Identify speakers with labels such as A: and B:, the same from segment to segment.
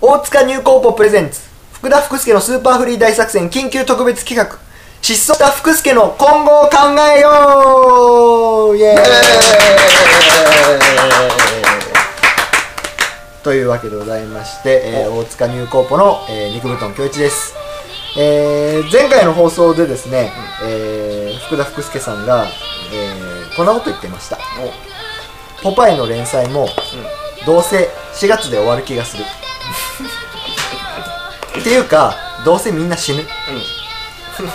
A: 大塚ニューコーポプレゼンツ福田福助のスーパーフリー大作戦緊急特別企画失踪した福助の今後を考えようイエーイというわけでございまして、えー大塚ニューコーポの、えー、肉布団京一です、えー前回の放送でですね、えー福田福助さんが、えーこんなこと言ってました「ポパイ」の連載も、どうせ4月で終わる気がするっていうかどうせみんな死ぬ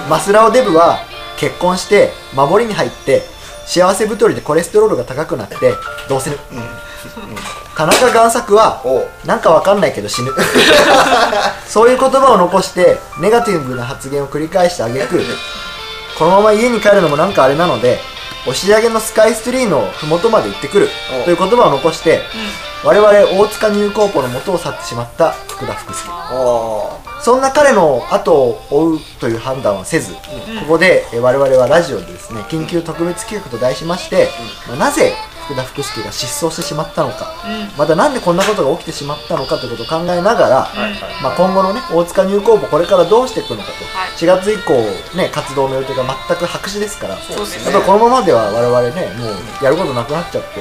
A: マスラオデブは結婚して守りに入って幸せ太りでコレステロールが高くなってどうせぬ、田中贋作は
B: おう
A: なんかわかんないけど死 ぬそういう言葉を残してネガティブな発言を繰り返した挙句このまま家に帰るのもなんかあれなので押し上げのスカイスツリーの麓まで行ってくる
B: お
A: という言葉を残して、我々大塚入高校の元を去ってしまった福田福助
B: お
A: そんな彼の後を追うという判断はせず、ここでえー我々はラジオでですね緊急特別企画と題しまして、まあなぜ福田福助が失踪してしまったのか、またなんでこんなことが起きてしまったのかということを考えながら、
B: はいはい
A: まあ、今後のね大塚入校部これからどうしていくのかと、
C: はい
A: 4月以降、ね、活動の予定が全く白紙ですから
C: そうですね
A: やっぱりこのままでは我々ねもうやることなくなっちゃって、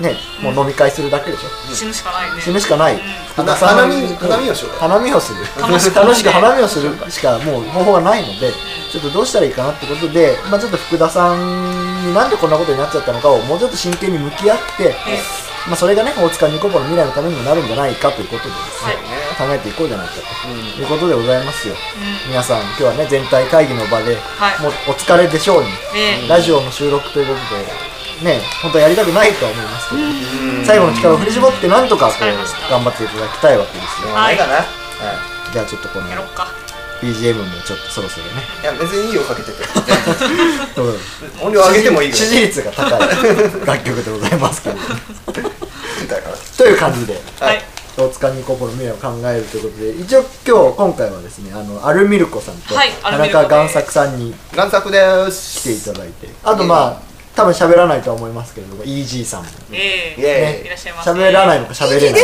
C: う
A: ね、もう飲み会するだけでしょ、
C: ん死ぬしかないね
A: 死ぬしかない、福田さん
B: 花見花見をしよう
A: 花見をする
C: 楽しく
A: 楽しく花見をするしかもう方法がないのでちょっとどうしたらいいかなってことで、まあ、ちょっと福田さんになんでこんなことになっちゃったのかをもうちょっと真剣に向き合って、まあ、それがね大塚ニコポの未来のためにもなるんじゃないかということでですね、考えていこうじゃないかということでございますよ、皆さん今日はね全体会議の場で、
C: はい
A: もうお疲れでしょうに、
C: ね
A: ラジオの収録ということでね本当はやりたくないとは思いますけど、最後の力を振り絞ってなんとかこ
C: 疲れました
A: う頑張っていただきたいわけですよ
B: あれかな、はい、
A: じゃあちょっとこの
C: やろっか
A: BGM もちょっとそろそろね
B: いや別にいいよかけてて 音量上げてもいいぐ
A: 支
B: らい
A: 持率が高い 楽曲でございます けど
B: だから
A: という感じで
C: はい
A: 大塚ニコポの未来を考えるということで一応今日今回はですねあのアルミルコさんと
C: はい
A: 田
C: アルミルコ
A: 中
C: です
A: 贋作さんに
B: 贋作で
A: 来
B: す
A: ていただいてあとまあ多分喋らないとは思いますけれども EG さんも
C: え
B: イエー
C: え
B: イ
C: いらっしゃいませ
A: 喋らないのか喋れないのか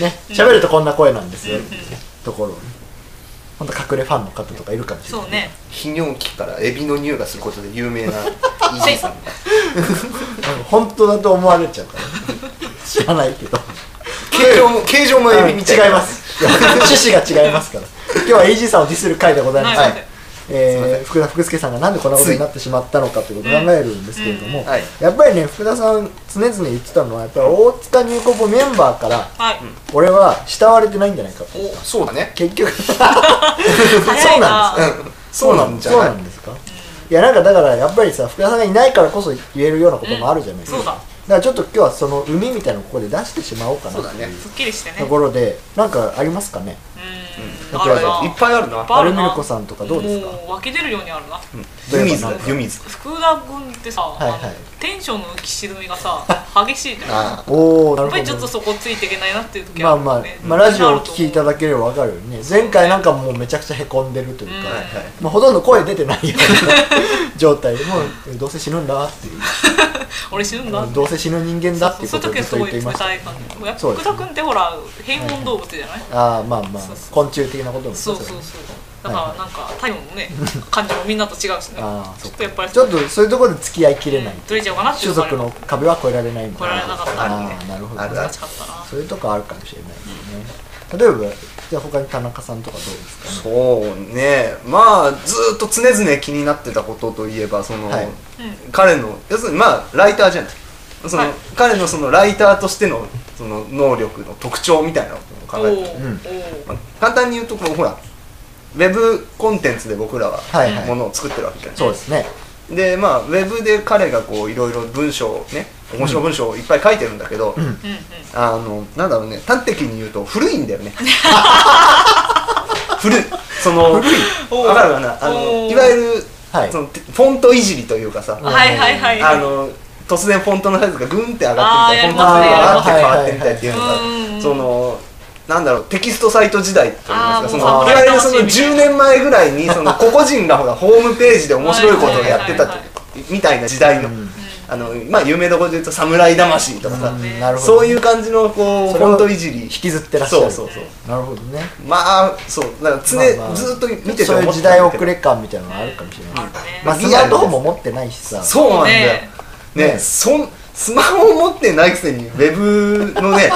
A: ね喋るとこんな声なんですよっていうねところをね本当隠れファンの方とかいるかもしれ
C: そ
A: な
C: う
A: い
C: ね
B: 泌尿器からエビの匂いがすることで有 名なイジさん
A: なんか本当だと思われちゃうから知らないけど
B: 形状も形状もエ
A: 違
B: ビ
A: い
B: み
A: ま
B: た
A: す
B: いな
A: いや趣旨が違いますから今日は AG さんをディスる回でございま
C: ない
A: す、
C: の
B: は
C: で
B: い
A: え
B: すいま
A: ー
B: せん
A: 福田福助さんがなんでこんなことになってしまったのかということを考えるんですけれども、
B: んはい
A: やっぱりね福田さん常々言ってたのはやっぱり大塚入高部メンバーから
C: はい
A: 俺は慕われてないんじゃないかと
B: おそうだね
A: 結 局
C: 早いな
B: そうなんじゃ
A: そう
B: な
A: ないんですかいやなんかだからやっぱりさ福田さんがいないからこそ言えるようなこともあるじゃないですか、
C: うんそうだ
A: からちょっと今日はその海みたいなのをここで出してしまおうかな
B: そう
A: と
B: だ
A: い
B: ね
A: う
C: すっきりしてね
A: ところでなんかありますかね
C: うん
A: だ
C: あ
A: から
C: るない
B: っぱいあるな
C: ぱいあ
A: アル
C: るな
A: ミルコさんとかどうですか
C: もう湧き出るようにあるな
A: 例えば
B: 湯水だ
A: なん
B: よ
A: か
B: 湯水
C: 福田君ってさ
A: いはい
C: あのテンションの浮き沈みがさ激しいじゃんやっ
B: あ
A: おおなる
C: ぱりちょ
A: ほ
C: っ
A: ど
C: とそこついていけないなっていう時
A: まあ
C: はる
A: まあ
C: よね、
A: まあ、ラジオをお聞きいた
C: だ
A: だければ分かるよね前回なんかもうめちゃくちゃへこんでるというか、
B: あはいはい
A: まあ、ほとんど声出てないような状態もうどうせ死ぬんだっていう
C: 俺死ぬんだって
A: どうせ死ぬ人間だっていう
C: そう
A: こと
C: そう
A: を
C: いう時
A: ず
C: は
A: っと言っていま
C: すごい冷
A: した
C: たい感じやっぱ
A: そうで
C: 福
A: すね
C: 田君ってほら変温動物じゃない
A: ああまあまあ
C: そうそう
A: 昆虫的なことも
C: そうそうそうだからなんか体温のね感じもみんなと違うしね
A: ああ
C: ち
A: そ
C: ょ
A: っ
C: っ
A: か
C: とやっぱり
A: ちょっとそういうところで付き合いきれない、
C: 取れちゃうかなってい
A: 種
C: うの
A: 族
C: が
A: の壁は越えられないみたいな
C: 越えられなかったからね
A: ああなるほど
B: あるあ
C: 難
B: る
C: しかったな
A: そういうとこあるかもしれないですね例えばじゃあ他に田中さんとかどうですかね
B: そうねまあずーっと常々気になってたことといえばその、
A: はい
B: 彼の要するにまあライターじゃないその、
C: はい
B: 彼のそのライターとしてのその能力の特徴みたいなことを考えて
C: おー
A: うん
C: おー
B: まあ簡単に言うとこうほらウェブコンテンツで僕らは
A: はいはい
B: ものを作ってるわけじゃない、
A: そうですね
B: でまあウェブで彼がこういろいろ文章をね面白い文章をいっぱい書いてるんだけど、
A: ん
C: うんうん
B: あのなんだろうね端的に言うと古いんだ よね古いその古い
C: おー
B: 分かるかなあの
C: おー
B: いわゆる、
A: はい
B: そのてフォントいじりというかさ、
A: ん
C: はいはいはい
B: あの突然フォントのサイズがグンって上
C: あ
B: がっ
C: ー
B: て
C: や
B: みたい
C: り
B: フォントの
C: ますね
B: サイズが上がっ
A: やります
B: て変わ
A: ね
B: ってみたいっていうの
C: はいはいは
B: が
C: い
B: そのなんだろうテキストサイト時代って言いますか
C: あー
B: そ
A: も
B: の
A: う
B: いわゆるそ
C: サ
B: の
C: ブスクリプショ
B: 10
C: ン
B: 年前ぐらいにその個々人がほらホームページで面白いことをやってた
C: はいはいはいは
B: みたいな時代の
A: うん
B: あのまあ有名どころで言うと「侍魂」とかさ、
A: うんなるほど
B: そういう感じのこう
A: そ
B: フ
A: れを
B: ォントいじり
A: 引きずってらっしゃる
B: そうそうそう
A: なるほどね
B: まあそうだから常、
A: まあまあ
B: ずっと見てて
A: そういう
B: 思って
A: 時代
B: たんだけ
A: 遅
B: ど
A: れ感みたいなのがあるかもしれない、
C: あるね
A: まあ、
B: リ
A: ス
B: ア
A: マー
B: ル
A: トフォンも持ってないしさ
B: そうなんだよ
C: ね
B: ね
A: ね
B: そんスマホを持ってないくせにウェブのね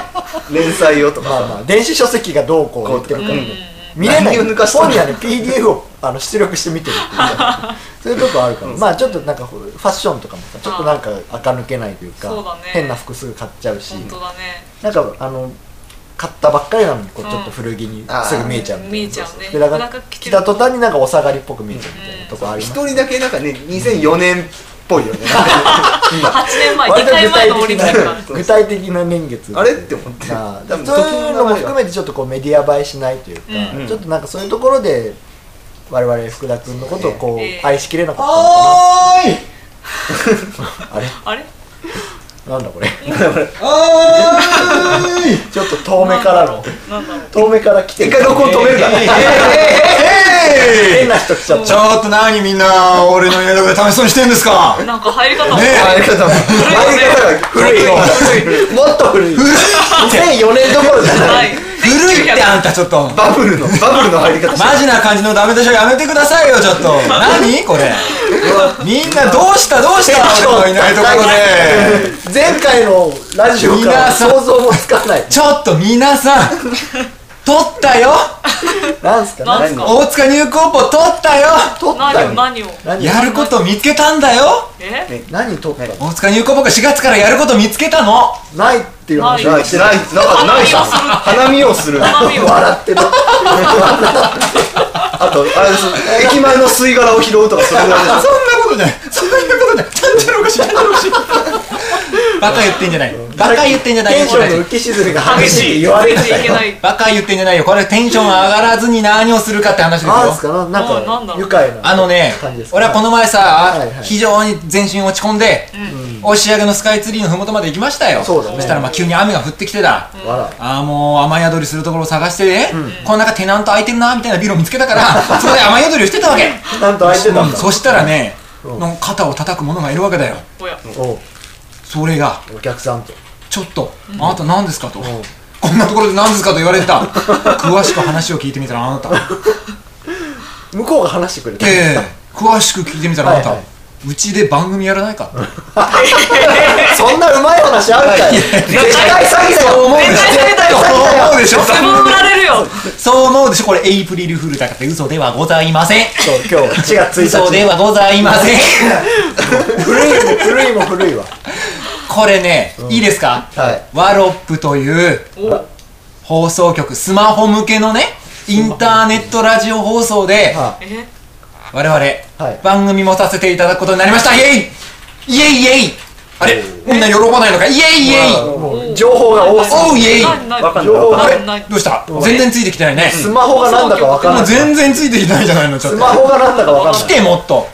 B: 連載をとかさ
A: まあまあ電子書籍がどうこう言ってるからね
B: こうとか
A: 見れない
B: 何を抜かしたの
A: 本にはね PDF をあの出力して見てるっていう かそういうとこあるから、まあちょっとなんかファッションとかもさちょっとなんか垢抜けないというか
C: そうだね
A: 変な服すぐ買っちゃうし
C: 本当だね
A: なんかあの買ったばっかりなのにこう
C: うん
A: ちょっと古着に
B: あー
A: すぐ見えちゃうみたいな
C: 見えちゃうね
A: でだから
C: なんか着て
A: 着
C: る
A: た途端になんかお下がりっぽく見えちゃうみたいなとこあり
B: 一
A: ます
B: 人だけなんかね2004年っぽいよね
C: 8年前
A: 割
C: 2
A: と
C: 回前のオリ
A: 具
C: ンピ
A: 体
C: ック
A: 的
C: だ
A: な
C: っ
B: そう
A: 具体的な年月
B: あれって思って
A: まあ
B: 多分
A: そういうのも含め
B: て
A: てちょっとこうメディア映えしないというか、
B: うん
A: ちょっとなんかそういうところで我々福田君のことをこ
C: ええ
A: う愛しきれなかったのか
B: おーい
A: な、あれ
C: たあれ
A: なんだこれ
B: おーい
A: ちょっと遠目からの
C: なんだろう
A: 遠目から来て
B: 一回録音止めるから、
A: 変な人来ちゃっ
D: ちょ
A: た
D: っと何みんな俺の家とかで楽しそうにしてんですか
C: なんか入り方も
D: ねえ
B: ありがとう
A: 古いよもっと古い2004年どころじゃない
C: はい
D: 古いってあんたちょっと
B: バブルのバブルの入り方して
D: マジな感じのダメ出しはやめてくださいよちょっと何これみんなどうしたどうした俺のいないところで
A: 前回のラジオから
D: 皆さん
A: 想像もつかない
D: ちょっと皆さん撮ったよ
A: なんすか
C: なん
A: 何
C: すか
D: 大塚ニューコーポ撮ったよ
A: 撮った
C: 何
A: の
C: を何を
A: 何
D: やること見つけたんだよ
C: え
A: 何撮ったの
D: 大塚ニューコーポが4月からやること見つけたの
A: ないっていう話
C: な
B: ないないなかないさ花見をするあ
C: 花見を
A: 笑ってる
B: とあれです駅前の吸い殻を拾うとかそれぐらい
D: そん なことじゃないそんなことじゃない単純おかしい単純おかしいバカ言ってんじゃないバカ言ってんじゃない
A: テンションの浮き沈みが激
C: 激
A: しいっ
C: してい
A: 言われるじゃ
C: いけない
D: バカ言ってんじゃないよこれテンション上がらずに何をするかって話です
A: なんす
D: よ
A: かななん
C: あなんだ
A: か
C: ろう
A: 愉快な
D: あのね
A: 感じです、か
D: 俺はこの前さ、
A: はいはい
D: 非常に全身落ち込んで、押上のスカイツリーのふもとまで行きましたよ。
A: そうだね
D: したらまあ急に雨が降ってきてだ。
A: わら
D: ああもう雨宿りするところを探してね、この中テナント空いてるなみたいなビルを見つけたから、そこで雨宿りをしてたわけ。
A: なんと相手な
D: うんん
A: だ
D: そしたらね、
A: うん
D: の肩を叩く者がいるわけだよ。
C: おや
A: おう
D: それが、
A: お客さんと
D: ちょっと、あなた何ですかと。
A: ん
D: こんなところで何ですかと言われ た。詳しく話を聞いてみたらあなた。
A: 向こうが話してくれた
D: ええ詳しく聞いてみたらあなた、
A: はいはいう
D: ちで番組やらな いか
A: そんなうまい話あるかい絶対詐欺だ
D: そう
A: よ
D: 思うでし
C: 絶対
D: ょそう思うでしょ
C: でも売られるよ
D: そう思うでしょこれエイプリルフールだからって嘘ではございません
A: そう今日4月
D: 嘘
A: 1
D: ではございま せん
A: 日古いも古いも古いわ
D: これね、いいですか、
A: はい
D: ワロップという
C: お
D: 放送局スマホ向けのねインターネットラジオ放送で
A: は
C: え
D: 我々、
A: はい
D: 番組もさせていただくことになりましたイエイイエイイエイあれみんな喜ばないのかイエイイエ
A: あ
D: イ
A: もう情報が多すぎ
D: おうイエイ
C: 何何
B: わかんない
A: 情報が
D: あれ
C: うんない
D: どうした全然ついてきてないね、
A: スマホがなんだかわかん
D: も
A: な
D: う
A: い
D: 全然ついていないじゃないのちょっ
A: ス
D: と
A: マホがなんだかわかん
D: 来
A: ない
D: てもっと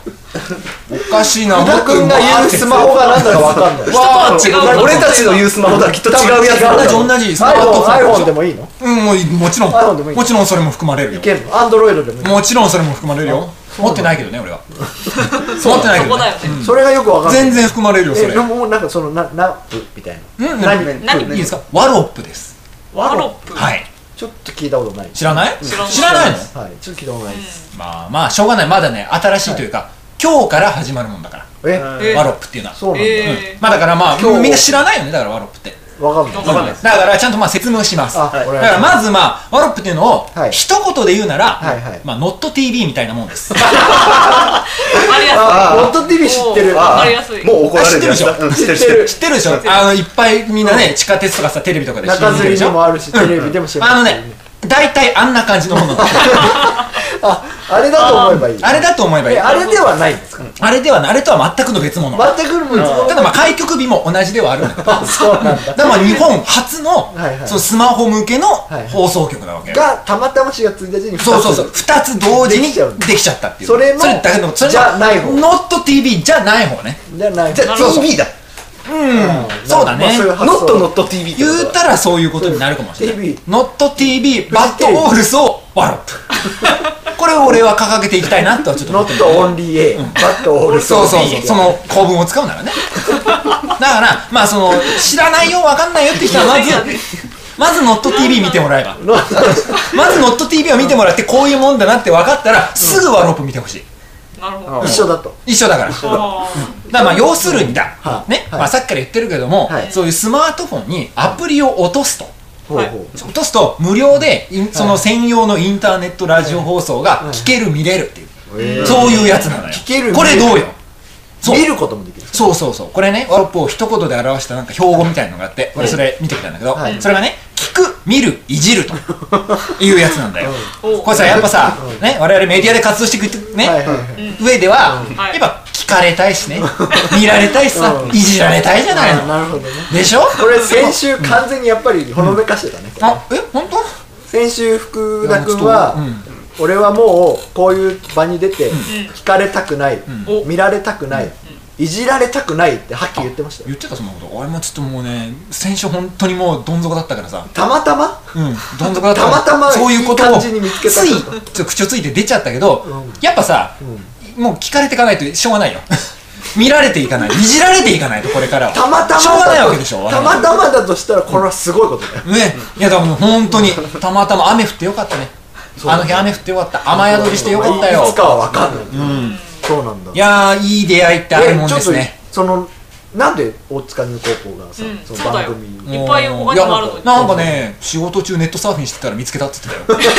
D: おかしいな
A: 福田君が言うスマホがなんだかわかんない
D: わー
C: 人と
D: 違
C: は
D: う
B: 俺たちの言うスマホとはきっと違うやつなんだ
D: 同
B: ろ
D: じ同じスマートフォン
A: iPhone でもいいの
D: うんもうもちろ
A: iPhone でもい
D: ん
A: い
D: もちろんそれも含まれるよ
A: いけるのアンドロイドでもいいの
D: もちろんそれも含まれるよ持ってないけどね俺は 持ってない
C: そ
D: け
C: こ
D: ど
C: だよ
D: ね
C: ね
A: それがよくわかんない
D: 全然含まれるよそ
A: え
D: れ
A: でもなんかそのなナップみたいな
D: うん
A: 何
D: 何
C: 何
D: いいですかワロップです
C: ワロッ
A: ロ
C: プ
D: はい
A: ちょっと聞いたことない
D: 知らない
C: 知らない
D: ないの
A: はいちょっと聞いたことないです
D: まあまあしょうがないまだね新しいというか今日から始まるもんだか
A: え
C: え
D: らワロップっていうのは
A: そうなんだ
C: え
D: まあだからまあ
A: 今日
D: みんな知らないよねだからワロップって
A: わかんない
C: わかんない
D: だからちゃんとまあ説明をします
A: あ
D: だか
A: はい
D: らまずまあワロップっていうのを
A: はい
D: 一言で言うなら
A: はいはい
D: まあノット TV みたいなもんです
C: ーありや
A: あホ
B: あ
A: ット TV 知ってる
C: おーわかりやすい
B: もう怒られるやつだ
D: あ
B: うん知ってる
A: 知ってる
D: 知ってるでしょあのいっぱいみんなね地下鉄とかさテレビとかで CM
A: 中
D: 見て
A: 吊
D: る
A: り
D: でし
A: にも
D: ょ
A: あるしテレビでも知らない
D: あのね大体あんな感じのも のなんです
A: ああれだと思えばいい
D: あれだと思えばいい
A: えあれではないんですか
D: あれではなあれとは全くの別物
A: 全く無理
D: ただまあ開局日も同じではあるんだけど
A: そうなんだ
D: だからまあ日本初の
A: はいはい
D: そのスマホ向けの
A: いはい
D: 放送局なわけよ
A: がたまたま4月1日に
D: そうそうそう2つ同時
A: でき
D: に
A: ちゃう
D: できちゃったっていう
A: それの
D: だけどそれの
A: じゃない方
D: ノット TV じゃない方ね
A: じゃない
B: じゃあ
C: そうそう
B: TV だ
D: うんそうだね
A: まあそういう発
B: ノ
A: 想
B: ットノット TV ってこ
D: 言
B: と
D: う
B: だ
D: たらそういうことになるかもしれない
A: TV
D: ノット TV バッドオールスをワロ ップこれを俺は掲げていきたいなとはちょっと思
A: ノ
D: って
A: ッ
D: る
A: トオンリー A バットオール
D: そうそう
A: TV
D: そうその構文を使うならねだからまあその知らないよ分かんないよって人はまずまず NotTV 見てもらえばまず NotTV を見てもらってこういうもんだなって分かったらすぐワロープ見てほしい
C: なる
B: あ
C: ほど。
A: 一緒だと
D: 一緒だから
C: あ
D: だからまあ要するにだ、
A: はい
D: ね
A: はい
D: まあ、さっきから言ってるけども、
A: はい
D: そういうスマートフォンにアプリを落とすと、
A: ほうほう
D: 落とすと無料でインその専用のインターネットラジオ放送が聞ける、見れるっていう、
A: えー
D: そういうやつなのよ
A: 聞ける
D: これどうよそう
A: 見ることもできる
D: そうそうそうこれねワロップを一言で表したなんか標語みたいのがあって俺それ見てきたんだけど、
A: はい
D: それがね聞く見るいじ るというやつなんだよ、
C: お
D: これさやっぱさ、ね、我々メディアで活動していくね、
A: はいはいは
D: 上では、
C: はい
D: やっぱ聞かれたいしね見られたいしさ、
A: うん
D: いじられたいじゃない
A: あー
D: の、
A: なるほどね
D: でしょ
A: これ先週完全にやっぱりほのめかしてたね、これ
D: あえ本当
A: 先週福田君は、
D: うん
A: 俺はもうこういう場に出て聞かれたくない、
C: お
A: 見られたくない、いじられたくないってはっきり言ってましたよ
D: 言ってたそんなこと俺もちょっともうね先週本当にもうどん底だったからさ
A: たまたま
D: うんどん底だったから
A: たまたま
D: そういうこと
A: いい
D: を
A: 感
D: つ
A: じに見つけ
D: い
A: た
D: ちょっと口をついて出ちゃったけど、やっぱさ、もう聞かれていかないとしょうがないよ 見られていかないいじられていかないとこれからは
A: たまたま
D: しょうがない
A: だ
D: わ
A: と
D: けでしょ
A: たまたまだとしたらこれはすごいことだよ、
D: ね、いやだからもう本当にたまたま雨降ってよかったねあの日雨降ってよかった雨宿りしてよかったよ
A: いつかは分かんない、
D: うん
A: そうなんだ
D: いやーいい出会いってあるもんです
A: えちょっ
D: ね
A: とそのなんで大塚ニュー高校がさ、
C: うん
A: そ
C: そ
A: の
C: うだ
A: 番
C: よ
A: 組
C: いっぱい他にもあるのに
D: いやなんかね仕事中ネットサーフィンしてたら見つけたって言ってたよ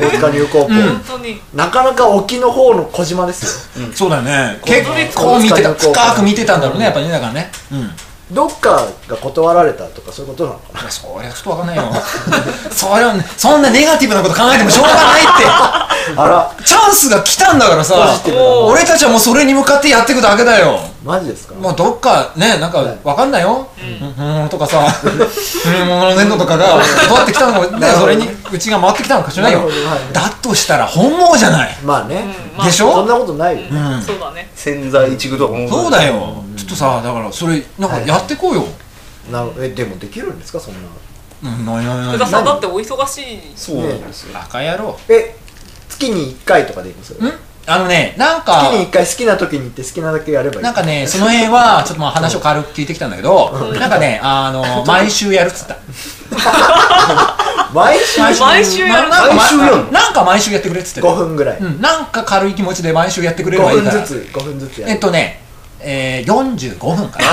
A: 大塚ニュー高校、
C: ー本当に。
A: なかなか沖の方の小島ですよ
D: そうだよね結構見てた深く見てたんだろうねやっぱりねだからねうん
A: どっかが断られたとかそういうことなのかない
D: やそりゃちょっとわかんないよ そりゃそんなネガティブなこと考えてもしょうがないっ
A: あら
D: てチャンスが来たんだからさ
A: ポジティブ
C: な
D: 俺たちはもうそれに向かってやっていくだけだよ
A: マジですか
D: まあどっかねなんか
A: はい
D: わかんないよ、うん、うんとかさ「うんものねんの」とかが断ってきたの かもね
A: なるほ
D: そ
A: ど
D: れにうちが回ってきたのかしらないよ、
A: なるほどはい
D: だとしたら本望じゃない、
A: まあね、
C: うんまあ
D: でし
A: そ
D: ょ
A: んなことないよ、ね
D: うん
C: そうだね。
B: 潜在一遇とかも
D: そうだよ、ちょっとさだからそれなんかやってこうよ、
A: なえでもできるんですかそんな
D: うんないないない
C: 福田さんだってお忙しい。
B: そうなんですよ、
D: バカ野郎
A: え月に1回とかでいいんですよ
D: んあのねなんか
A: 月に1回好きな時に行って好きなだけやればいい
D: なんかね、その辺は、ちょっとまあ話を軽く聞いてきたんだけど、なんかね、あの、毎週やるっつった。
A: 毎週
C: 毎週やる
D: ななんか
B: 毎週やるの
D: なんか毎週やってくれっつってた
A: 5分ぐらい、
D: うん、なんか軽い気持ちで毎週やってくれればい
A: 5
D: い
A: 分
D: から。
A: ずつ5分ずつやる、
D: えっとね、えー、45分かな。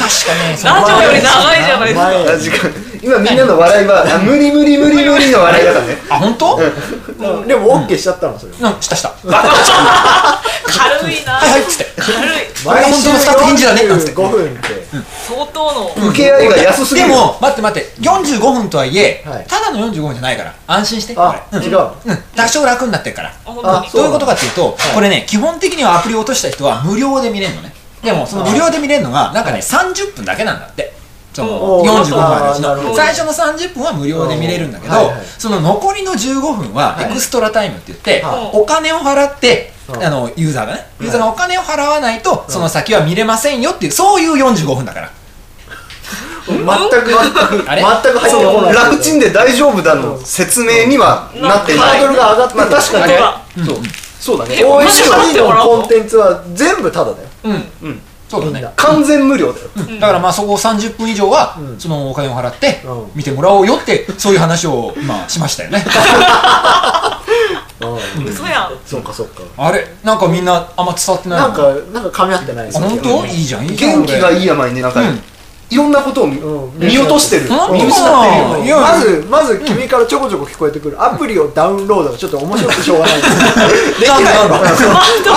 D: 確かね、その
C: ラジオより長いじゃないですか。
A: 前
B: あ時間今みんなの笑いはあ無理無理無理無理の笑いだからね
D: あ、本当？
A: うんでも OK しちゃったのそれ、
D: うん、したした。は
C: 軽いな。
D: いはいっつって。
C: 軽い。
A: 毎
D: 本
A: 週
D: 当の二つ返事だねなんつって
A: 45分って、
C: 相当 の。
B: 受け合いが安すぎ
D: で
B: る
D: も、待って待って、45分とはいえ、
A: はい
D: ただの45分じゃないから、安心して。
A: あ、
D: これ
A: 違うの
D: うん、多少楽になってるから。
C: あ本当に
A: あ。そ
D: どういうことかっていうと、これね、基本的にはアプリを落とした人は無料で見れるのね。でも、その無料で見れるのが、なんかね、30分だけなんだって。その
A: おー
D: 45分までうち
A: あーなるほ
D: の
A: ど
D: 最初の30分は無料で見れるんだけど、
A: はいはい
D: その残りの15分はエクストラタイムって言って、
A: はい
D: お金を払って、
A: はい
D: あのユーザーがねユーザーがお金を払わないと、その先は見れませんよっていうそういう45分だから
A: 全く全く全く
D: あれ
A: 入ってこない
B: 楽ちんで大丈夫だの説明にはなってな
A: ハ
B: い
A: ードルが上がってる
B: まあ確かにね
C: あ
B: そうそうだね
C: え
A: OSC のコンテンツは全部タダだよ
D: そうだ
A: みん
D: ね
A: な
B: 完全無料だよ
D: だからまあそこを30分以上は
A: うん
D: そのお金を払って
A: うん
D: 見てもらおうよってそういう話を今しました よね
A: うん
C: 嘘やん。
A: そうかそうか
D: あれなんかみんなあんま伝わってない
A: な
D: の
A: んかなんか噛み合ってないです
D: あ
A: ね
D: 本当いいじゃんいいじゃん
B: 元気がいい病になんか
D: うん
B: いろんなことを見
A: うん
B: 見落としてる
D: 本当
B: 見失ってるよ
D: いや
A: まずまず君からちょこちょこ聞こえてくるアプリをダウンロードがちょっと面白くてしょうがない
D: できない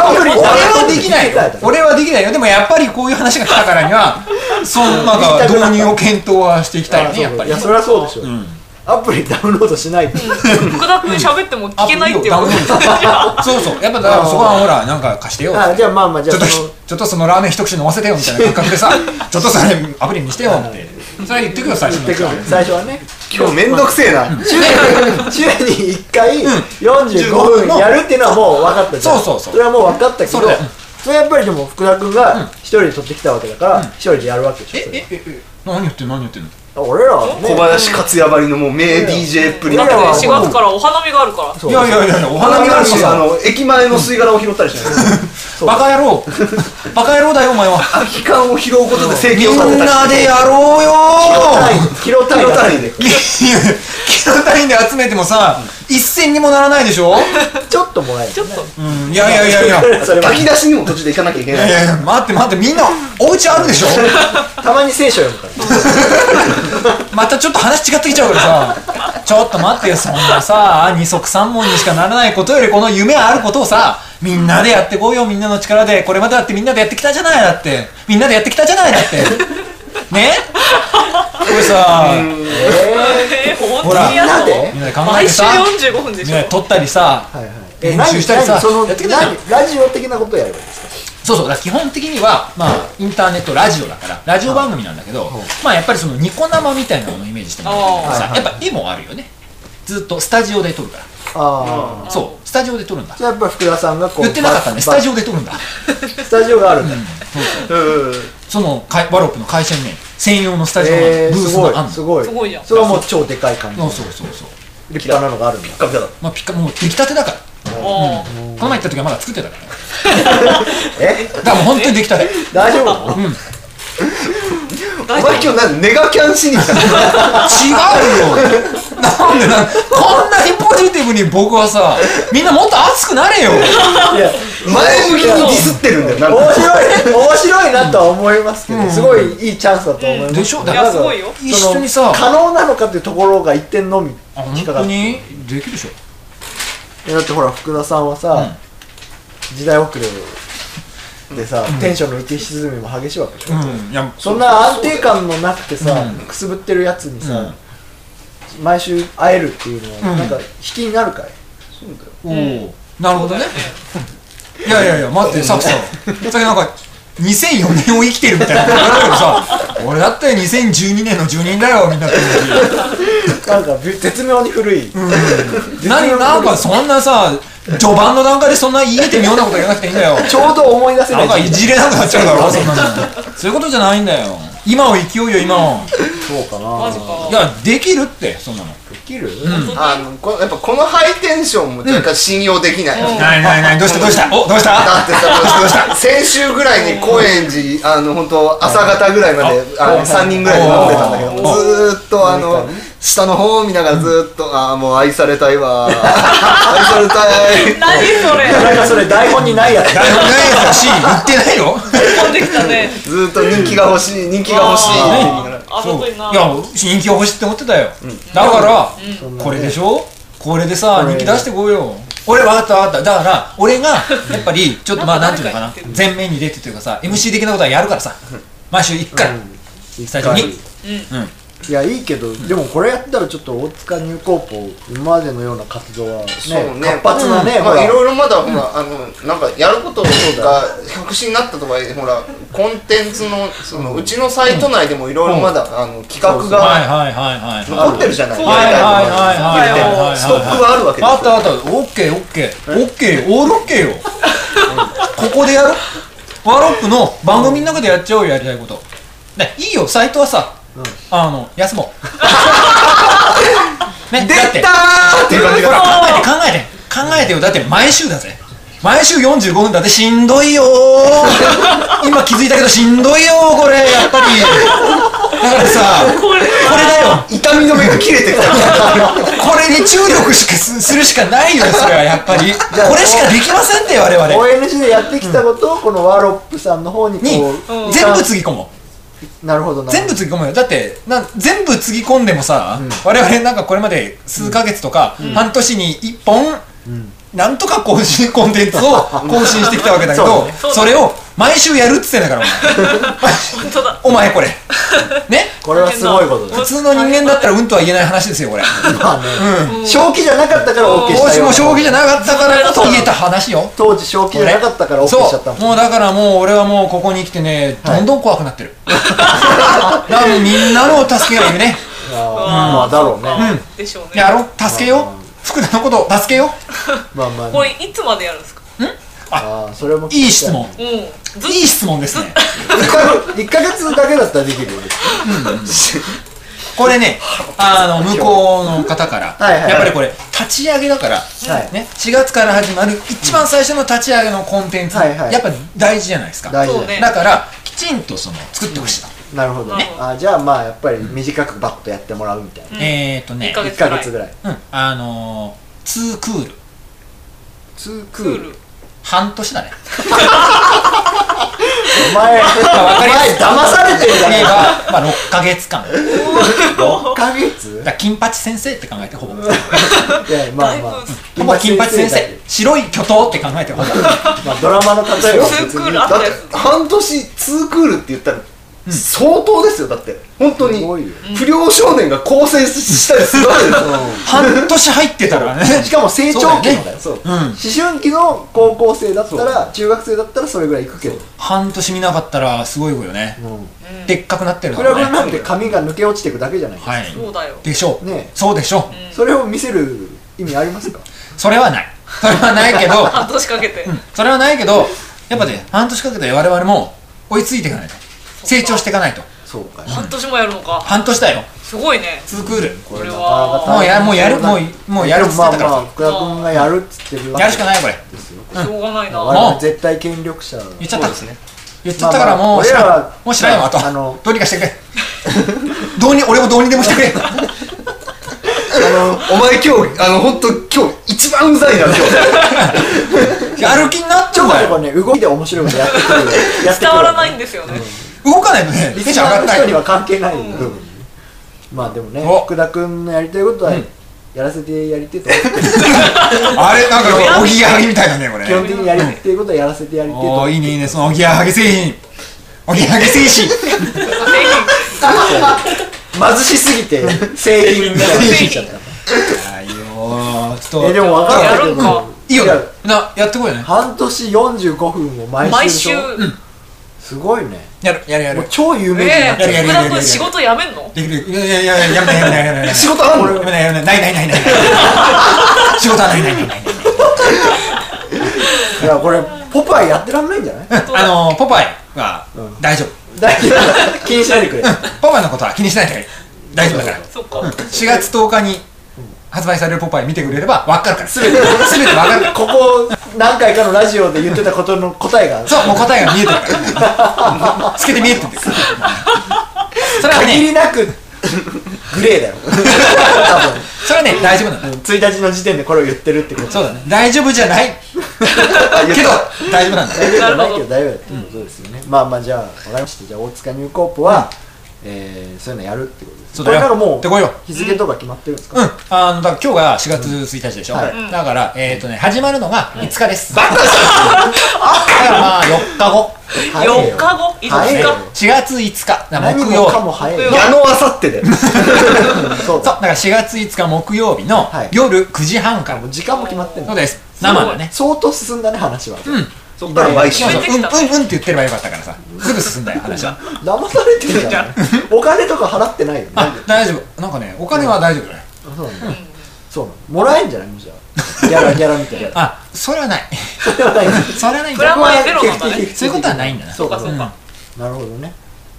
A: アプリ
D: 俺はできない
A: 俺はできない
D: 俺はできないよでもやっぱりこういう話が来たから にはそのなんか導入を検討はしていきたい
A: あ
D: よね
A: そう
D: やっぱ
A: い
D: り
A: やそれはそうでしょ
D: ん
A: アプリダウンロードしないと
C: 福田君喋っても聞けないっていう
D: ア
C: こ
D: プ
C: と
D: リをダウンロードそうそうやっぱだからそこはほらなんか貸してよ
A: あじゃあまあまあじ
D: ち
A: ゃ
D: ょっと
A: あ
D: ひ
A: その
D: ちょっとそのラーメン一口飲ませてよみたいな感覚 でさちょっとそれアプリにしてよってそれは言ってくよ最初
A: 言ってく
D: に
A: る最初 はね
B: 今日めんどくせえな
A: 週に週に1回45分やるっていうのはもう分かったじゃん
D: そうそうそう
A: れはもう分かったけど
D: そ
A: そ
D: れ
A: れはやっぱりでも福田君が一人で取ってきたわけだから一人でやるわけでしょ
D: え
A: それ
D: えええ何言ってんの何言ってんの
A: 俺らは
B: 小
A: ね
B: 林克也ばりのもう名 DJ っぷり
A: 俺ら
C: だ
A: は
C: って4月からお花見があるから。
A: そう
D: いやいやいやいやお
B: お花
D: 花見
B: 見
D: が
B: あ
D: あ
B: る
D: るし
B: しあ
D: さ
B: の駅前の吸い殻を拾ったりしない
A: そう
D: バカ野郎バカ野郎だよお前は
B: 空き缶を拾うことで正
D: み
B: 義を
D: んなでやろうよ
A: キロ単位
B: 拾単位で
D: キロ単位で集めてもさ一銭にもならないでしょ、
A: ちょっともらえる
C: ちょっと
D: うん、いやいやいやいや
A: それは
B: 炊き出しにも途中で行かなきゃいけ
D: い
B: な
D: や
B: い
D: いやいや待って待ってみんなお家あるでしょ
A: たまに聖書読むから
D: またちょっと話違ってきちゃうからさちょっと待ってよそんなさ二足三文にしかならないことよりこの夢あることをさみんなでやってこうよみんなの力でこれまでだってみんなでやってきたじゃないだってみんなでやってきたじゃないだってねこれさ
C: えー、本
D: ほ
C: 当
D: ら
C: にや
A: なんで
D: みんなで考え
C: 毎
D: て
C: 週
D: さ
C: 45分でしょ
D: ね撮ったりさ
A: はいはいえ
D: 練
A: 何
D: 習したりさ
A: 何その
D: やってきたじゃん
A: 何ラジオ的なことやればいいですか
D: そうそうだから基本的には、まあ、インターネットラジオだからラジオ番組なんだけど、まあ、やっぱりそのニコ生みたいなものをイメージしてもらってさ、
A: あー
D: やっぱ絵もあるよねずっとスタジオで撮るから
A: ああ
D: そうスタジオで撮るんだ
A: じゃあやっぱ福田さんがこう
D: 言ってなかったねスタジ
A: オ
D: オで撮るんだ
A: スタジオがあるんだ
B: うん
D: そのかいワロップの会社にね専用のスタジオの
A: えー
D: ブース
A: す
D: が
A: ご
D: あんの、
A: いすごい
C: すごいじゃん
A: それはもう超でかい感じ
D: そうそうそうそう
A: 立派なのがあるんだ
B: カピカだ
D: まあピカもう出来たてだから
C: も
D: この前行った時はまだ作ってたからね
A: え
D: だからもう本当に出来たて違う
A: 大丈夫なの
C: う
B: お
C: 大
B: 前
C: 丈
B: 今日何ネガキャンしに来たの
D: よなんでなんこんなにポジティブに僕はさみんなもっと熱くなれよ
A: いや
B: 前向きにディスってるんだよなん
A: 面
B: か
A: 白い面白いなとは思いますけどすごいいいチャンスだと思います
D: でしょ
C: 夫
D: だ
C: い
D: から
C: やすごいよ
D: 一
A: その
D: 緒にさ
A: 可能なのかっていうところが一点のみ
D: あ
A: 引
D: 本
A: っかか
D: 当
A: って
D: にできるでしょ
A: いやだってほら福田さんはさ、時代遅れでさ、テンションの浮き沈みも激しいわけでしょ、
D: うんいや
A: そんな安定感のなくてさ、
D: うん
A: くすぶってるやつに
D: う
A: さ、毎週会えるっていうのは
D: うん
A: なんか引きになるかい、
D: おおなるほどねいやいやいや待ってさっきささっきなんか2004年を生きてるみたいなこと言ったけどさ俺だって2012年の住人だよみんなって
A: なんかび絶妙に古い、
D: 何なんかそんなさ序盤の段階でそんな言えて妙なこと言わなくていいんだよ
A: ちょうど思い出せな
D: ないんかいじれなくなっちゃうだろそんなのそういうことじゃないんだよ今を生きようよ今を
A: そうか
C: マジ
A: な
C: か
D: いやできるってそんなの
A: できる、
B: あのこやっぱこのハイテンションも若干信用できない、
C: うん
D: ないないないどうしたどうしたおどうした
B: だってさ、先週ぐらいに高円寺、あの本当朝方ぐらいまで、あの3人ぐらいで飲んでたんだけど、ずーっとあの下の方を見ながらずーっと、あーもう愛されたい わー、愛されたい。
C: 何それ
A: なんかそれ台本にないやつ
D: 誰もないやつだし言ってないよ
C: 飛んできたね
B: ずーっと人気が欲しい、人気が欲しいって言いながら。
C: あ
D: そ
C: ざ
D: う
C: といない
D: や人気が欲しいって思ってたよ、だから、
A: そんなね
D: これでしょこれでさ
A: これ
D: 人気出してこうよ俺分かった分かっただから俺がやっぱりちょっとまあなんていうのかな前面に出てというかさ MC 的なことはやるからさ毎週行くから、
A: うん
D: スタジオに
A: いやいいけど、でもこれやったらちょっと大塚入高校今までのような活動はね
B: そうね
A: 活発なね、ほ
B: まあ、
A: ら
B: いろいろまだほら、あのなんかやることが白紙になったとはいえほらコンテンツのそのうちのサイト内でもいろいろまだ、あの企画
D: はい
B: が
D: はいはいはいはい
B: 残ってるじゃない、
C: そう
D: はいはいはいは
C: 言
D: い
C: って
D: はいはい
B: ストックはあるわけですよ
D: あったあったオッケーオッケーオッケーオールオッケーよここでやるワロップの番組の中でやっちゃおうよやりたいことねいいよサイトはさ、あの休もうね
B: 出
D: だって
B: たーっていう感じ
D: ほら
B: が
D: 考えて考えて考えてよだって毎週だぜ毎週45分だってしんどいよー今気づいたけどしんどいよーこれやっぱりだからさ
C: これ
D: これだよ
B: 痛みの目が切れてきた
D: これに注力しかすするしかないよそれはやっぱり
A: ゃあ
D: これしかできませんって我 々
A: ONG でやってきたことをこのワロップさんの方にこ
D: に
A: う、
D: 全部つぎ込もう
A: なるほどなる
D: 全
A: ほ
D: 部
A: ど
D: つぎ込もうよだってなん全部つぎ込んでもさ、我々なんかこれまで数ヶ月とか、半年に1本、なんとか更新コンテンツ を更新してきたわけだけどそ,、
C: ね
D: れを毎週やるっつってんだから
C: 本当だ
D: お前 お前これね
A: これはすごいことで
D: 普通の人間だったらうんとは言えない話ですよこれ
A: すまあね、正気じゃなかったから OK し
D: も
A: た
D: し
A: よ
D: も将棋じゃなかったからこそ言えた話よ
A: 当時正気じゃなかったから OK しちゃったもん
D: そうもうだからもう俺はもうここに来てねどんどん怖くなってる、 だからもうみんなの助けがいるね
A: あーまあだろうね
C: うんでしょうね
D: やろう助けよう福田のこと助けよう
A: まあまあ、
C: こ
A: ね、
C: れいつまでやるんですか
A: あーそれも聞きた
D: いい質問
C: うんずっ
D: いい質問ですね
A: 1か月だけだったらできるよね
D: これね、あの、向こうの方から、
A: はいはい
D: やっぱりこれ、立ち上げだから、
A: はい
D: ね、4月から始まる一番最初の立ち上げのコンテンツ、
A: はいはい
D: やっぱ大事じゃないですか。
A: 大事
C: そう
A: だ
C: ね
D: だから、きちんとその、作ってほしい
A: な
D: の。
A: るほどねあじゃあまあやっぱり短くバッとやってもらうみたいな
C: うん
D: えーと
C: 一
D: ね
C: ヶ、月
A: 1ヶ月ぐらい
D: うん、あのー、ツークール。
A: ツーク
C: ク
A: ー
C: ー
A: ル
C: ル
D: 半年だね。
A: お前
D: わかりま
A: お
D: す
A: 前騙されてるじゃ
D: 例
A: ね
D: えば、まあ、6ヶ月間。だか
A: 6ヶ月
D: ら金八先生って考えてほぼ。
A: いやまあまあ
C: だいぶ
D: ほぼ金八先
A: だ
D: 生。白い巨頭って考えてほぼ。
A: けまあドラマの例えは別
C: ツークー
A: に
C: ルあ
B: だ
C: っ
B: った
C: やつ
B: て半年ツークールって言ったら相当ですよだって本当
A: す
B: に
A: ごいよ
B: 不良少年が更生したりするわけですよ
D: 半年入ってたからね。
A: しかも成長期のだよ
B: そう
D: うん。
A: 思春期の高校生だったら中学生だったらそれぐらいいくけど
D: 半年見なかったらすごいよね。
A: うん
D: でっかくなってる
A: クラ
D: から
A: ブ
D: ね。
A: なんて髪が抜け落ちていくだけじゃないですか
D: は
C: そ
D: い。
C: うだよ
D: でしょう。
A: ね
D: そうでしょう。
A: それを見せる意味ありますか
D: それはない。それはないけ ど、
C: 半年かけて
D: それはないけど、やっぱね、半年かけて我々も追いついていかないと。成長していかないと。
A: そうか
C: 半年もやるのか
D: 半年だよ。
C: すごいね
D: ツークール。
A: こ
C: れは
D: もうやもうやるもうもうやるっつってたから
A: でもまあまあ福田君がやるっつってるわけ
D: やるしかないよこれ。
A: ですよ
C: しょうがない
A: 我
C: な
A: 々絶対権力者
D: 言っちゃった。
B: そうですね
D: 言っちゃったからも
A: まあまあ
D: う知
A: 俺ら
D: らん
A: は。
D: もう知らんよ、あと
A: あの。
D: どうにかしてくれ。どうに、俺もどうにでもしてくれ。
B: お前今日あの本当今日一番うざいな今日
D: やる気になっち
A: ちょ
D: ゃ
A: こ
D: うんだ
A: ちょこ
D: よ。
A: ね動きで面白いことやってくるよ やってく
C: 伝
A: る
C: わらないんですよね
D: 動かないとね、テ
A: リ
D: ンシ
A: ス
D: ョン
A: ナ
D: 上
A: ー
D: が
A: の
D: ら
A: 人
D: ない
A: に
D: よ。
A: は関係ない部
C: う
A: 分まあでもね
D: お
A: 福田君のやりたいことは
D: うん
A: やらせてやりてえと思ってる
D: あれ、なんか、おぎやはぎみたいだね、これ
A: 基。本的にやりてえことはやらせてやりてえと
D: お
A: 思っ
D: ー
A: て
D: いいねいいねそのおぎやはぎ製品おぎやはぎ製 品
A: 貧しすぎ て製品みたいな
C: 製品
D: あいいよーちょっと
A: えでも分かったけ
C: やるか
A: ど
D: いいよ
A: や
D: なやってこいよね
A: 半年45分を毎週
C: 毎
A: でし
C: 週
A: ょすごいね
D: やるやるや
A: も
D: る
A: う超有名人にな
C: え
A: っちゃう
D: やるや
C: え福
D: る
C: 田君仕事辞めんの
D: できるいやいやいややめないやめないやめ ないやめない
B: 仕事あんの
D: やめないやめないないないないない仕事はないないないないない
A: いやこれポパイやってらんないんじゃない
D: あのーポパイは
A: うん
D: 大丈夫
A: 大 丈夫気にしないでくれ
D: ポパイのことは気にしないで大丈夫だから
C: そっか
D: 4月10日に発売されるポパイ見てくれれば分かるからすべてすべて分かるから
A: ここ何回かのラジオで言ってたことの答えが
D: そうもう答えが見えてるから透けて見えてるそれは
A: 限
D: ね
A: りなくグレーだよ多
D: それはね大丈夫なんだ
A: 分1日の時点でこれを言ってるってこと
D: そうだね大丈夫じゃないけど大丈夫なんだ
A: 大丈夫じゃないけど大丈夫だってことですよね、まあまあじゃあ分かりましたじゃあ大塚ニューコープは、えー、そういうのやるってことです
D: そう
A: こ
D: だ
A: れ
D: よ
A: からも
D: でこいよ
A: う日付とか決まってるんですか、
D: うんあのだから今日が4月1日でしょ、
A: はい
D: だからえっ、とね始まるのが5日です、だからまあ4日後
A: 早いよ
C: 4日後5
A: 早いよ
C: 日
D: 4月5日だから
A: 何
D: 木
A: も
D: 曜
A: かも早いよ
C: 木曜
B: 矢野あさってで
A: そ
D: そうう
A: だ
D: だから4月5日木曜日の
A: はい
D: 夜9時半から、
A: もう時間も決まってん
D: そ
A: の
D: うです生だね
A: 相当進んだね話は、
D: うん
B: そっから毎週
D: そうそう
C: 進
D: うん
C: んできたね
D: うんうんって言ってればよかったからさすぐ進 んだよ話は
A: 騙されてるじゃんお金とか払ってないよね
D: あ大丈夫なんかねお金は大丈夫だね
A: そうなの、そうなのもらえんじゃないもうじゃあギャラギャラみたいな
D: あそれはない
A: それはない
D: それはないん
C: プラ
D: だ
C: マイゼロなんだね
D: そういうことはないんだな
A: そうか
C: そ
A: そうう
C: か
A: か、なるほどね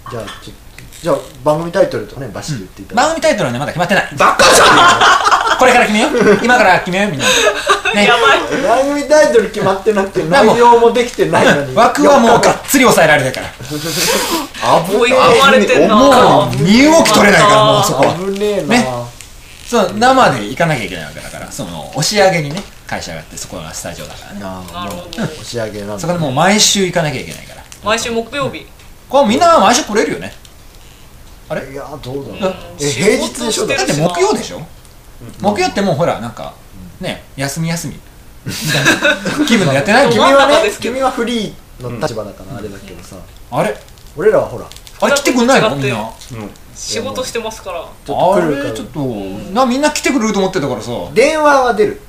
A: じゃあちょじゃあ番組タイトルとかねバシッと言っていただい
D: 番組タイトルはねまだ決まってない
B: バカじゃ
D: これから決めよ う今から決めようみんなでね
C: やばい
A: て、番組タイトル決まってなくて
D: らもう
A: 内容もできてないのに
D: 枠はもう
A: か
D: がっつり抑えられてるから
C: 追い込まれてんな
D: もう身動き取れないからもうそこは
A: 危ねえな、
D: ねその生で行かなきゃいけないわけだからその押し上げにね会社があってそこがスタジオだからね
A: あ
C: な
A: あ
C: る
A: もう
C: ほど
A: 押し上げなん
D: そこ
A: だ
D: でもう毎週行かなきゃいけないから
C: 毎週木曜日
D: これみんな毎週来れるよね
A: いやーどうだろう
C: うん
A: え平日でしょ
C: 仕事
A: だ
D: だ
A: っ
D: ってて木曜でしょ木曜ってもうほらなんかね休み休み 気分のやってない気
A: 君
D: 分
A: は
C: 真ん中
A: ね
C: ですけど
A: 君はフリーの立場だからあれだけどさ
D: あれ
A: 俺らはほら
D: あれ来てくんないの
C: 違っ
D: み
C: て
D: んな
B: ん
C: 仕事してますから
A: ちょっと
D: あ
A: 来るから
D: れちょっとなみんな来てくれると思ってたからさ
A: 電話は出る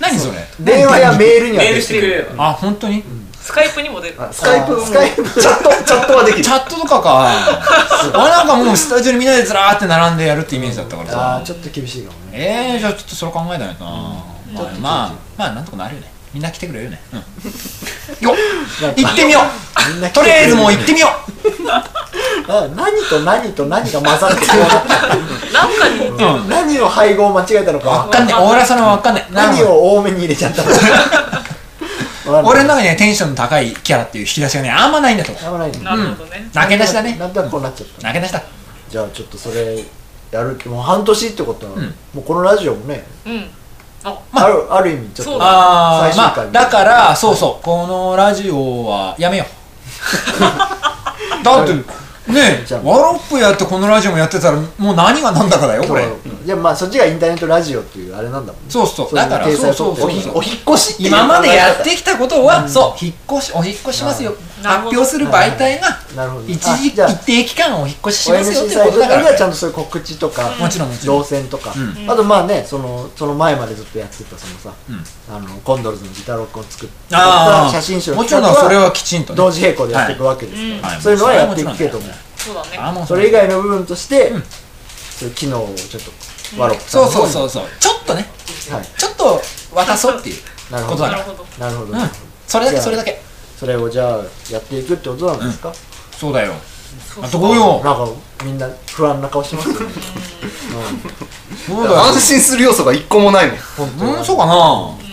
D: 何それ
A: 電話やメールには
E: メー
A: 出
E: ル
A: る
E: してくれれば
D: あ本当に
C: スカイプにも出る
B: スカイプも
A: スカイプ
B: チャットチャットはできる
D: チャッ トとかか俺なんかもうスタジオにみんなでずらーって並んでやるってイメージだったから
A: あ
D: さ
A: あちょっと厳しいかもね
D: えー、じゃあちょっとそれ考えたいな、まあまあまあなんとかなるよねみんな来てくれるよね、 うん、よっ行ってみようとりあえずもう行ってみよ
A: あ何と何と何が混ざってるのか
C: なんかに、
D: う、うん、
A: 何の配合を間違えたの
D: わ
A: か
D: かんねえ大浦さんはわかんねえ
A: 何を多めに入れちゃ ったのか
D: 俺の中にねテンションの高いキャラっていう引き出しがねあんまないんだと思う
A: やばないね
C: なるほどね。
D: 投げ出しだね
A: なんとなくこうなっちゃった
D: 投げ出しだ
A: じゃあちょっとそれやる気もう半年ってことなの、
D: うん
A: もうこのラジオもね、
C: うん。あ、
A: あ、るある意味ちょっ
C: そう
A: と
C: だ
A: 最
D: ああ
A: 終
D: ま
A: 回
D: あだからそうそうこのラジオはやめよ うだってね
A: じ
D: え
A: ゃあ
D: ワロップやってこのラジオもやってたらもう何が何だかだよこれ
A: そういやまあそっちがインターネットラジオっていうあれなんだもんね
D: そうそ
A: そう
D: う
A: いう
D: だから
A: 体
D: そ
A: 裁
D: う
A: を
D: そう
A: 取って
D: そ
A: お
D: う
A: ひ
D: そ
A: お
D: う
A: 引っ越しっていう
D: 今までやっ
A: 考
D: てきたことは、そう引っ越しお引っ越ししますよ
C: なる
D: 発
C: ほど
D: 表する媒体が
A: え方なるほど
D: 一時
A: あじゃあ
D: 一定期間お引っ越しし
A: お
D: ますよっ
A: MC
D: ていう
A: サイ
D: こ
A: ト
D: とだか
A: かららはちゃんとそういう告知とか
D: もちろんもちろん
A: 動線とか、
D: う
A: あとまあねそのその前までずっとやってたそのさ、
D: う
A: あのコンドルズのギタロックを作った
D: あ
A: 写真集
D: あ
A: の
D: もちろ
A: 企
D: んそれ
A: 画は
D: はきちんとね
A: 同時並行でやっていくわけですから、
D: はい
A: そういうのはやっていくけども、
C: そうだね。
D: あもう
A: それ以外の部分として、そういう機能をちょっとワロップさん
D: そ
A: の方
D: うそう
A: に
D: そうそうちょっとね
A: はい
D: ちょっと渡そうっていう
A: なる
D: こ
A: ほ
D: と
A: ど
D: だ
C: なる
D: から
C: ほど。
A: なるほど、
D: うんそれだ
A: じ
D: け
A: ゃあ
D: それだけ
A: それをじゃあやっていくってことなんですか、
D: そうだよ
C: そう
D: あどうよ
A: なんかみんな不安な顔してます よね、
D: そうだよ
B: 安心する要素が一個もないねん
A: うん、本当に
D: うんそうかな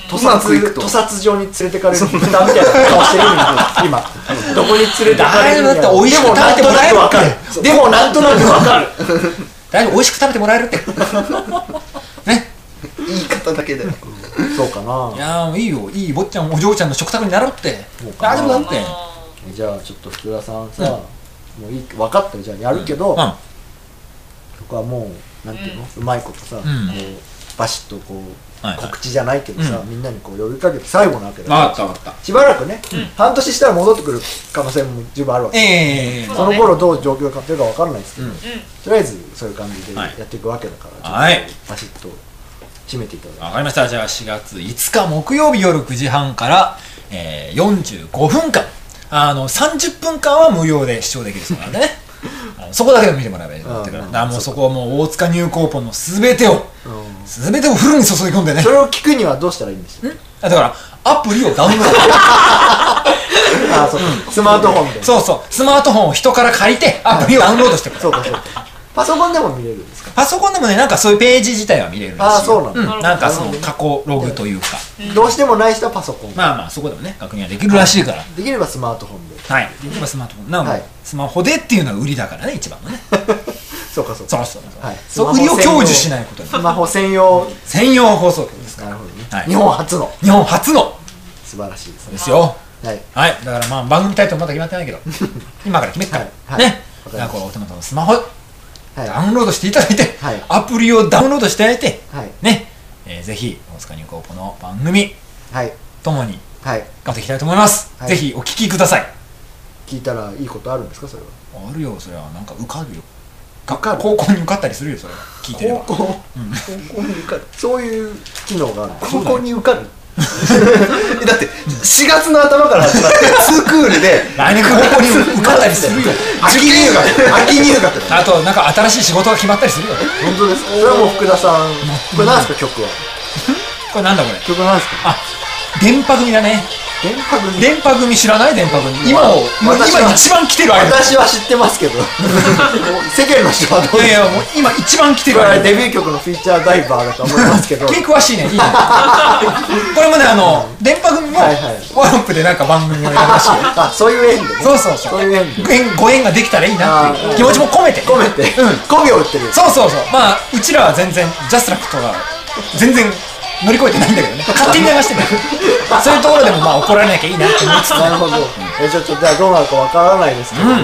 A: 屠
B: うまくいく
A: 殺
B: と
A: 屠殺場に連れてかれる豚みたいな顔してるよ今どこに連れてかれるんや
D: だいぶだって美味しく食べてもらえるって
A: でもなんとなくわかるでもなんとなくわかる
D: 大丈夫美味しく食べてもらえる ってね
B: 言い方だけで
A: そうかない
D: やーいいよいい坊ちゃんお嬢ちゃんの食卓になろうって
A: そうかな
D: 大丈夫だって
C: あ
A: じゃあちょっと福田さんさ、もういい分かったよじゃあやるけど、
D: うん
A: 僕はもうなんていうの、うまいことさ、
D: ん
A: こうバシッとこう、
D: はいはい
A: 告知じゃないけどさ、
D: う
A: みんなにこう呼びかけて最後なわけだ
D: わかったわかっ
A: しばらくね、半年したら戻ってくる可能性も十分あるわ
D: た
A: け、
D: ええ
A: その頃どう状況が変わってるか分からないですけど、
D: うん
A: と
C: ーうん。
A: りあえずそういう感じで
D: は
A: や
D: い
A: っていくわけだから、
D: はい
A: バシッと締めていただいて
D: わかりましたじゃあ4月5日木曜日夜9時半から、えー、45分間あの30分間は無料で視聴できるそうなんでね あのそこだけでも見てもらえばいいと思ってるから
A: うん
D: だからもうそこはもう大塚入高ポンの全てを全てをフルに注ぎ込んでね
A: それを聞くにはどうしたらいいんですか
D: あだからアプリをダウンロード
A: あそう、スマートフォンで
D: そうそうスマートフォンを人から借りてアプリをダウンロードしてくれ
A: そうかそうかパソコンでも見れるんですか
D: パソコンでもねなんかそういうページ自体は見れるらしい
A: あーそうなんだ
D: ん、なんかその過去ログというか
A: どうしてもない人はパソコン、
D: まあまあそこでもね確認はできるらしいから
A: できればスマートフォンで
D: はいできればスマートフォンなので、
A: はい
D: スマホでっていうのは売りだからね一番のね
A: そうかそうか
D: そうそうそう、
A: はい
D: そう売りを享受しないことに
A: スマホ専用
D: 専用放送局ですか
A: なるほどね、
D: はい
A: 日本初の
D: ら日本初の
A: 素晴らしいです
D: で
A: ね
D: すよ
A: はい
D: はいだからまあ番組タイトルまだ決まってないけ ど今から決めっから、
A: はいはい
D: ね
A: わかりました
D: だからこれお手元のスマホ
A: は
D: ダウンロードしていただいて、
A: はい
D: アプリをダウンロードしていただいて、
A: はい
D: ね、えーぜひ大塚入高校の番組
A: いはい
D: ともに
A: はい
D: 頑張っていきたいと思います、
A: はい
D: ぜひお聞きください
A: 聞いたらいいことあるんですかそれは
D: あるよそれはなんか受かるよ
A: 受かる
D: 高校に受かったりするよそれは聞いてれば
A: 高校、高校に受かるそういう機能がある
B: 高校に受 かるだって4月の頭から始まって2クールで
D: 来年高校に受かったりするよ
B: 秋入学秋入学だ
D: あとなんか新しい仕事が決まったりするよ
A: 本当ですそれはもう福田さんこれ何ですか曲は
D: これなんだこれ
A: 曲なんですか
D: あ電波組だね
A: 電波組
D: 電波組知らない電波組今を今
A: 私は
D: 一番来てるアイドル
A: 私は知ってますけ ど世間の人はどう
D: いやい
A: ですか
D: やもう今一番来て
A: これ
D: るア
A: は
D: イド
A: デビュー曲のフィーチャーダイバーだと思いますけど
D: ル君詳しいねいいね これもねあの電波組も
A: はいはい
D: ワロップでなんか番組をやるらしいよ
A: あそういう縁でね
D: そうそうそ
A: そ
D: う
A: ういう縁で
D: ご縁ご縁ができたらいいなっていう気持ちも込めて
A: 込めて
D: うん
A: 媚びを売ってる
D: そうそうそうまあうちらは全然ジャスラックとか全然乗り越えてないんだけどね勝手に流してるそういうところでもまあ怒られなきゃいいなって思って
A: なるほどえちょっとじゃあどうなるかわからないですけども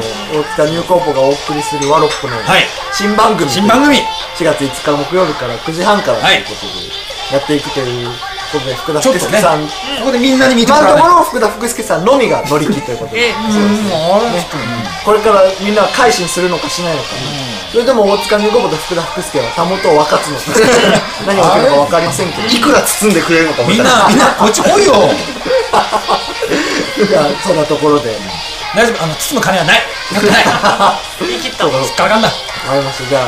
A: 大塚ニューコーポがお送りするワロップの
D: はい
A: 新番組
D: 新番組
A: 4月5日木曜日から9時半からと
D: はい
A: いうことでやっていくということで福田
D: ちょっ
A: 福
D: と
A: 助
D: ね
A: さん
D: ここでみんなに見ても
A: 今
D: ら
A: の
D: わ
A: と
D: ない
A: ことろ福田福助さんのみが乗り切ということで
C: ええ、
D: うんもうあれちょっとね
A: これからみんな改心するのかしないのか、それとも大塚ニューコーポと福田福助はたもとを分かつのか何が起きるかわかりませんけど
B: いくら包んでくれるのか思っ
D: み
B: た
D: ん
B: ら
D: なみんなこっち来いよ
A: じゃあそんなところで
D: 大丈夫あの包む金はないなくない
C: 言い切ったわ。
D: 引っかかんな
A: わかりましたじゃあ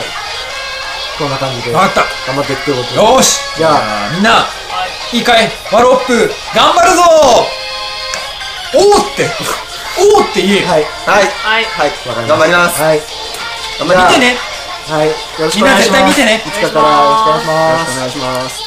A: こんな感じで
D: わ
A: 頑
D: かっ
A: 張っていくということで
D: たよーし
A: じゃあ
D: みんな
C: はい
D: いいかいワロップ頑張るぞおーっておーって言えよ、
A: はい
B: はい
C: はい
B: はい
A: わかりました
B: 頑張ります
A: はい
B: 頑張ります
D: 見てね
A: はいよろしく
D: み
A: お
D: んな
A: 願いしま
D: 絶
A: す
D: 対見てね
A: いつかからよろしくお願いしま
B: よろし
A: す
B: くお願いします